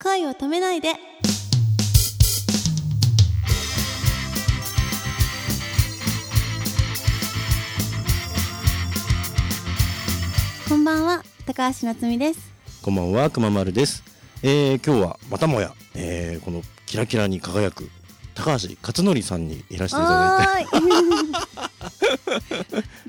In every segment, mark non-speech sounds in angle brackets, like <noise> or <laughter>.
恋を止めないでこんばんは高橋夏実ですこんばんは、くままるです。えー、今日はまたもや、えー、このキラキラに輝く高橋克典さんにいらしていただいて、おーい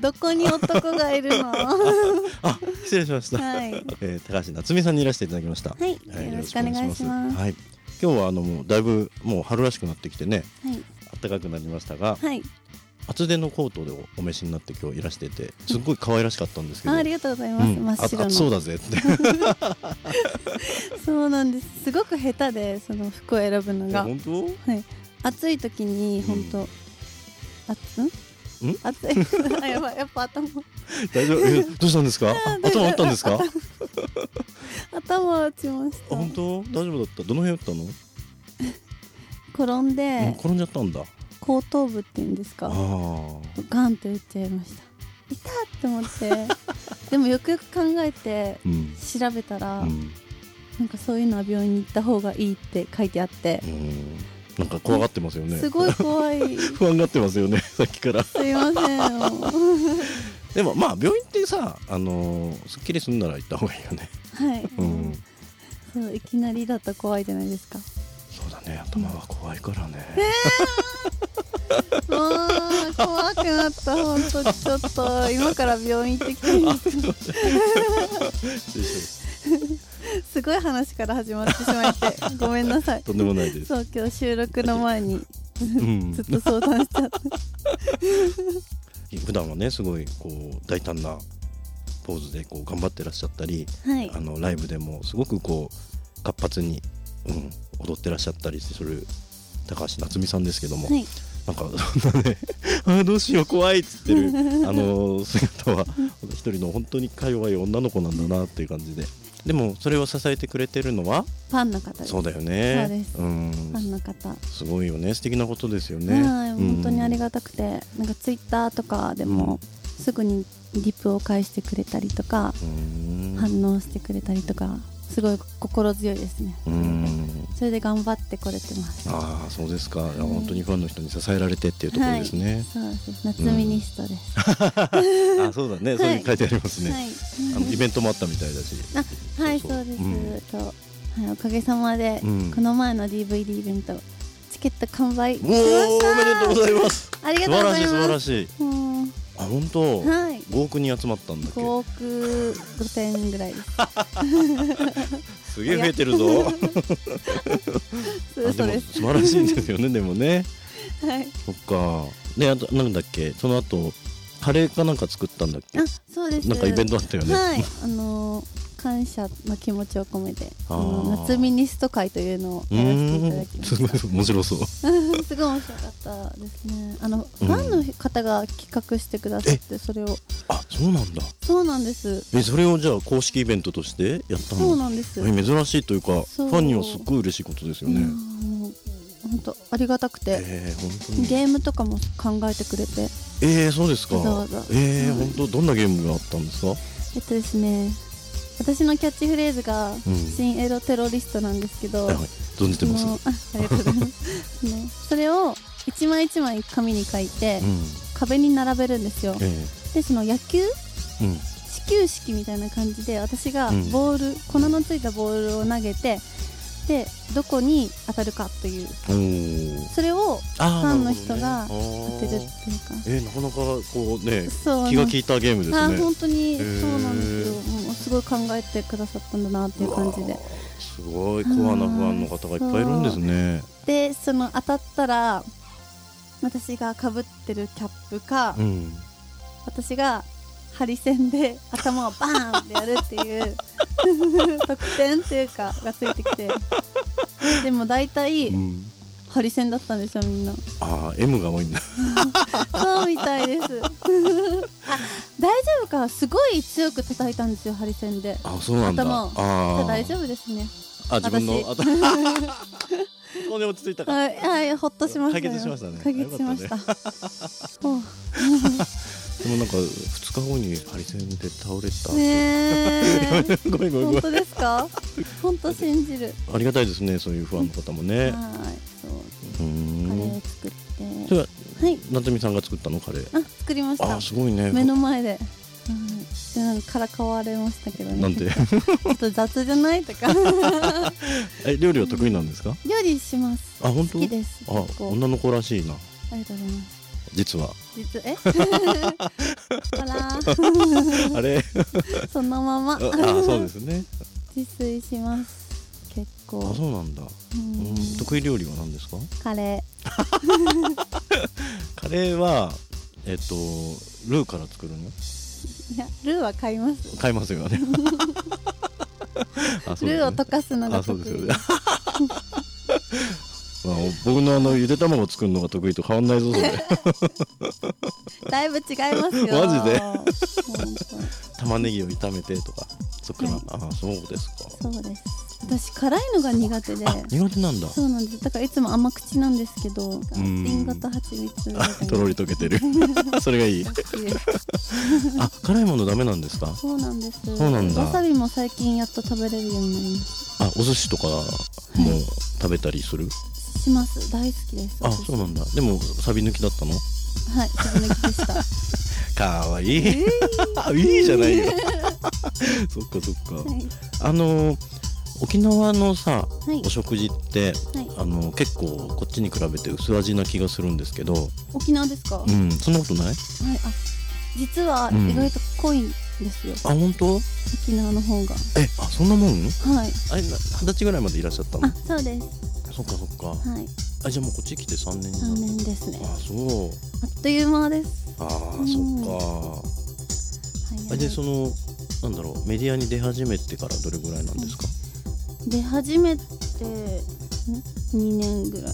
<laughs> どこに男がいる <laughs> のはあ、失礼しました。い、はえー、高橋夏実さんにいらしていただきました。い、はよろしくお願いしますはい、今日はあのもうだいぶもう春らしくなってきてね、はい、暖かくなりましたが、はい、厚手のコートでお召しになって今日いらしてて、すっごい可愛らしかったんですけあど、ありがとうございまうす、ん、真あっ白の暑そうだぜって。そうなんですすごく下手でその服を選ぶのが本当？暑い時に本当、あんん暑い <laughs> あやばいやっぱ頭大丈夫？えどうした <laughs> んですか？あ頭あったんですか？頭打ちましあ本た当？大丈夫だった？どの辺打ったの？転んうんで転んじゃったんだ。後頭部っていうんですあかあ。ガンって打っちゃいました痛って思って <laughs> でもよくよく考えてうん。調べたら、うんなんかそういうのは病院に行った方がいいって書いてあってう、ん。なんか怖がってますよねす。ごい怖 <laughs> いす不安がってますよね。 <laughs> さっきから。いませんもうでもまあ病院ってさ、あのーすっきりするなら行った方がいいよね。はい、うん。そういきなりだったら怖いじゃないですかそうだね。頭が怖いからね。あー怖くなった本当にちょっと今から病院行ってきたんですけど失礼しますすごい話から始まってしまってごめんなさい <laughs> とんでもないです。そう今日収録の前にうんずっと相談しちゃって普段はね、すごいこう大胆なポーズでこう頑張ってらっしゃったり、 <laughs> はいあのライブでもすごくこう活発に、うん、踊ってらっしゃったりする高橋夏実さんですけども、はいなんかそんなね <laughs> あーどうしよう怖いっつっ <laughs> てるあの姿は一人の本当にか弱い女の子なんだなっていう感じででもそれを支えてくれてるのはファンの方ですそうフだよねそうですんァンの方すごいよね素敵なことですよねはい本当にありががたくてなんかツイッターとかでもすぐにリプを返してくれたりとかとうん反応してくれたりとかすごい心強いですねうんそれで頑張ってこれてますああそうですか、いや本当にファンの人に支えられてっていうところですね、そうです夏ミニストですあそうだ <laughs> ね、それに書いてありますね、はい、あのイベントもあったみたいだしあはいそうです、うんとはい、おかげさまで、うんこの前の DVD イベントチケット完売しおましたーおめでとうございますありが素とう晴ござらしいい素晴まらすしいもうあ本当、はい5億人集まったんだっけ5億5点ぐらい <laughs> ですすげえ増えてる <laughs> ぞそうあででもす素晴らしいですよね <laughs> でもねはいそっかであとなんだっけその後カレーかなんか作ったんだっけあそうですなんかイベントあったよね、はいあのー感謝の気持ちを込めてああーの夏ミニスト会というのをうやらせていただーきんますしごたい面白そう <laughs> すごい面白かったですねあの、ファンの方が企画してくださってそれをあそうなんだそうなんですえそれをじゃあ公式イベントとしてやったそうのなんです。え珍しいというかそうファンにはすっごい嬉しいことですよね、もう本当ありがたくて、えー、本当にゲームとかも考えてくれて、えー、そうですかわざわざえーうん本当どんなゲームがあったんですかえっとですね、私のキャッチフレーズがうん新エロテロリストなんですけど、はいはい存じてそますのあありがとうございます。 <laughs> そのそれを一枚一枚紙に書いてうん壁に並べるんですよ。えでその野球ーうん始球式みたいな感じで私がうんボール、粉のついたボールを投げてでどこに当たるかというおーそれをあーファンの人がなるほ当どてねるっていうあーか。えーなかなかこうねそう気がなん利いたゲームであすーね本当にへーそうなんですよ、もうすごい考えてくださったんだなっていう感じうでわーすごいコアなファンの方がいっぱいいるんですねでその当たったら私がかぶってるキャップか、うん私がハリセンで頭をバーンってやるっていう <laughs> 得点っていうかがついてきてでも大体うんハリセンだったんですよみんなあー M が多いんだそうみたいですあ大丈夫かすごい強く叩いたんですよハリセンであそうなんだ頭あをじゃあー大丈夫ですねあ自分の私頭 <laughs> ここで落ち着いたかはい、はい、ほっとしましたよ。解決しましたね解決しました。ほうでもなんか2日後にハリセンで倒れた、ねえごめんごめんご本めん当ですか本当信じるありがたいですねそういうファンの方もはねいそううーカレーん作っそてれははい夏美さんが作ったのカレーあ作りましあたーすごいね目の前で、はい、でなんかからかわれましたけどねなんちでょっと雑じゃないと <laughs> かえ料理は得意なんですか料理しますあ本当好きですあ結構女の子らしいなありがとうございます実 <laughs> は実え <laughs> あらあれそのままああそうですね <laughs> 自炊します結あ構そうなんだうんうん得意料理は何ですかカレカレーはえっとルーから作るのーいやルーは買います買いますよね <laughs> あそうルだーよをね溶かすのがあそ得うですよ意ね <laughs> まあ僕のあのゆで卵作るのが得意と変わんないぞそれだいぶ違いますよマジで本玉ねぎを炒めてとかそっから、はいあそうですか当そうです私辛いのが苦手であ苦手なんだそうなんですだからいつも甘口なんですけどリんンゴと蜂蜜みたいあなとろり溶け <laughs> てるそれがいい好き <laughs> ですあ辛いものダメなんですかそうなんですそうなんだわさびも最近やっと食べれるようになりましあお寿司とかも食べたりするたします大好きですあそうなんだでもサビ抜きだったのはい自分でで <laughs> したかわいいいいじゃな <laughs> いよそっかそっか、はあのー沖縄のさ、いお食事ってはい、はい、あの結構こっちに比べて薄味な気がするんですけど、沖縄ですか、うはいん、そんなことなあい実はうん意外と濃いんですよ、あ本当沖縄の方がえあそんなもんはいあれな二十歳ぐらいまでいらっしゃったのあそうですそっかそっかはいあじゃあもうこっち来て3年にな3る年ですねあそうあっという間ですあー、うんそっはいかあでそのなんだろうメディアに出始めてからどれぐらいなんですか、出始めて2年ぐらいんあで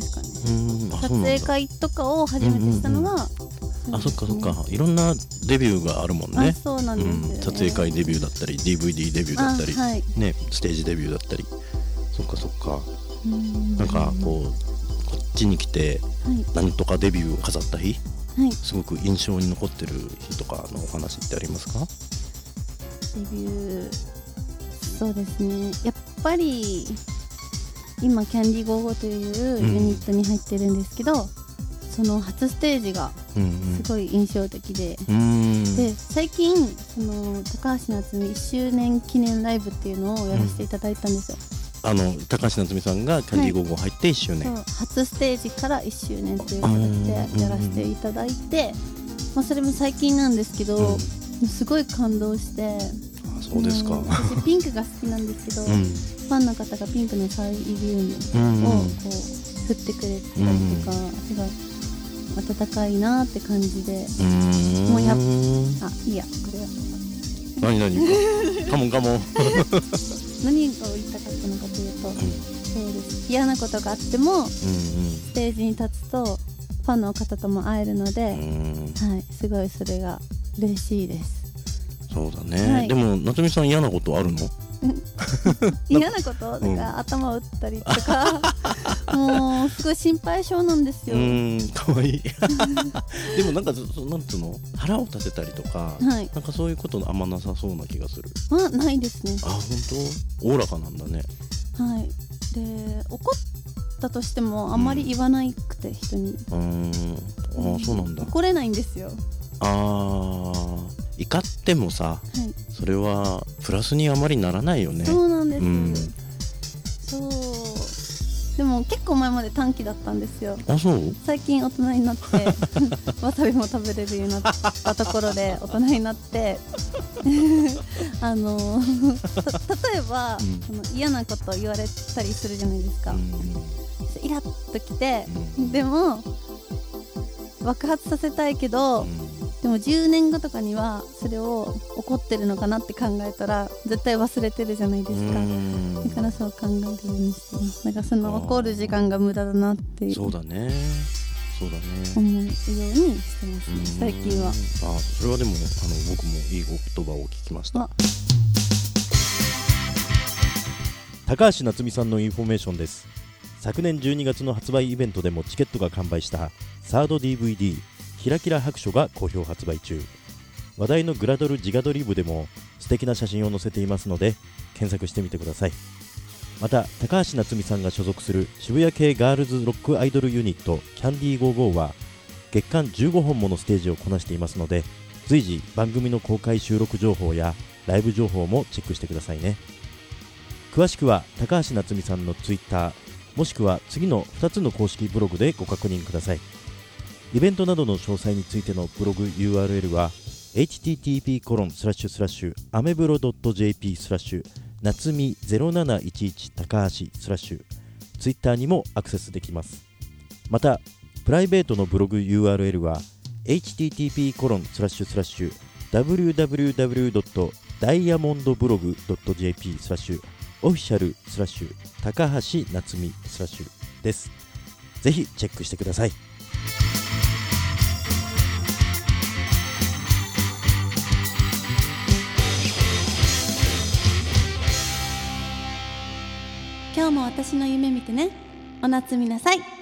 すかねうんあ撮そうなん影だ会とかを初めてしたのが、あそっかそっうかいろんなデビューがあるもんんあねそうなんうですよね、ん、撮影会デビューだったり DVD デビューだったり、あはいね、ステージデビューだったりそっかそっかうんなんかこうこっちに来てはい何とかデビューを飾った日はいすごく印象に残ってる日とかのお話ってありますかデビューそうですねやっぱり今キャンディー55というユニットに入ってるんですけど、その初ステージがうんすごい印象的で、うんうーんで最近その高橋夏実1周年記念ライブっていうのをやらせていただいたんですよ、あの高橋夏実さんがキャンディーゴーゴー入って1周年、そう初ステージから1周年という形でやらせていただいて、まあ、それも最近なんですけど、うんすごい感動してあそうですかもう私ピンクが好きなんですけど、うんファンの方がピンクのサイリウムうんをこう振ってくれてたりとか、すごい温かいなって感じで、うんもうやっあいいやこれは何何 <laughs> カモンカモン、何を言いたかったのかというと、そうです嫌なことがあってもスうテージに立つとファンの方とも会えるので、んうんうん、はいすごいそれが嬉しいですそうだね、はいでも夏実さん嫌なことあるの嫌なことだかうんら頭打ったりとかもうすごい心配性なんですうよ、ーんかわい <laughs> いでもなんかずそなんつうの腹を立てたりとか、はいなんかそういうことあんまなさそうな気がするまあないですねあ本当おおらかなんだねはい、で怒ったとしてもあんまり言わないくて、人にうーんああそうなんだ怒れないんですよ、はあー怒ってもさいそれはプラスにあまりならないよねそうなんです、うんそうでも結構前まで短期だったんですよあそう最近大人になって <laughs> わさびも食べれるようになったところで大人になって <laughs> あのた例えば、うんその嫌なこと言われたりするじゃないですか、うイラッときて、うんでも爆発させたいけど、んでも10年後とかにはそれを怒ってるのかなって考えたら絶対忘れてるじゃないでうすか、んうだからんそう考えるようにしてますなんかその怒る時間が無駄だなっていうそ思ううよだねそうだねうにしてますね最近はうーんあそれはでもあの僕もいい言葉を聞きましたあ高橋夏実さんのインフォメーションです昨年12月の発売イベントでもチケットが完売したサード DVD「 「キラキラ白書」が好評発売中話題のグラドル自画ドリブでも素敵な写真を載せていますので検索してみてくださいまた高橋夏実さんが所属する渋谷系ガールズロックアイドルユニットキャンディー55は月間15本ものステージをこなしていますので随時番組の公開収録情報やライブ情報もチェックしてくださいね詳しくは高橋夏実さんの Twitter もしくは次の2つの公式ブログでご確認くださいイベントなどの詳細についてのブログ URL は http コロンスラッシュスラッシュアメブロ .jp スラッシュ夏み0711高橋スラッシュツイッターにもアクセスできますまたプライベートのブログ URL は http コロンスラッシュスラッシュ www.diamondblog.jp スラッシュオフィシャルスラッシュ高橋夏実スラッシュですぜひチェックしてください今日も私の夢見てねお夏みなさい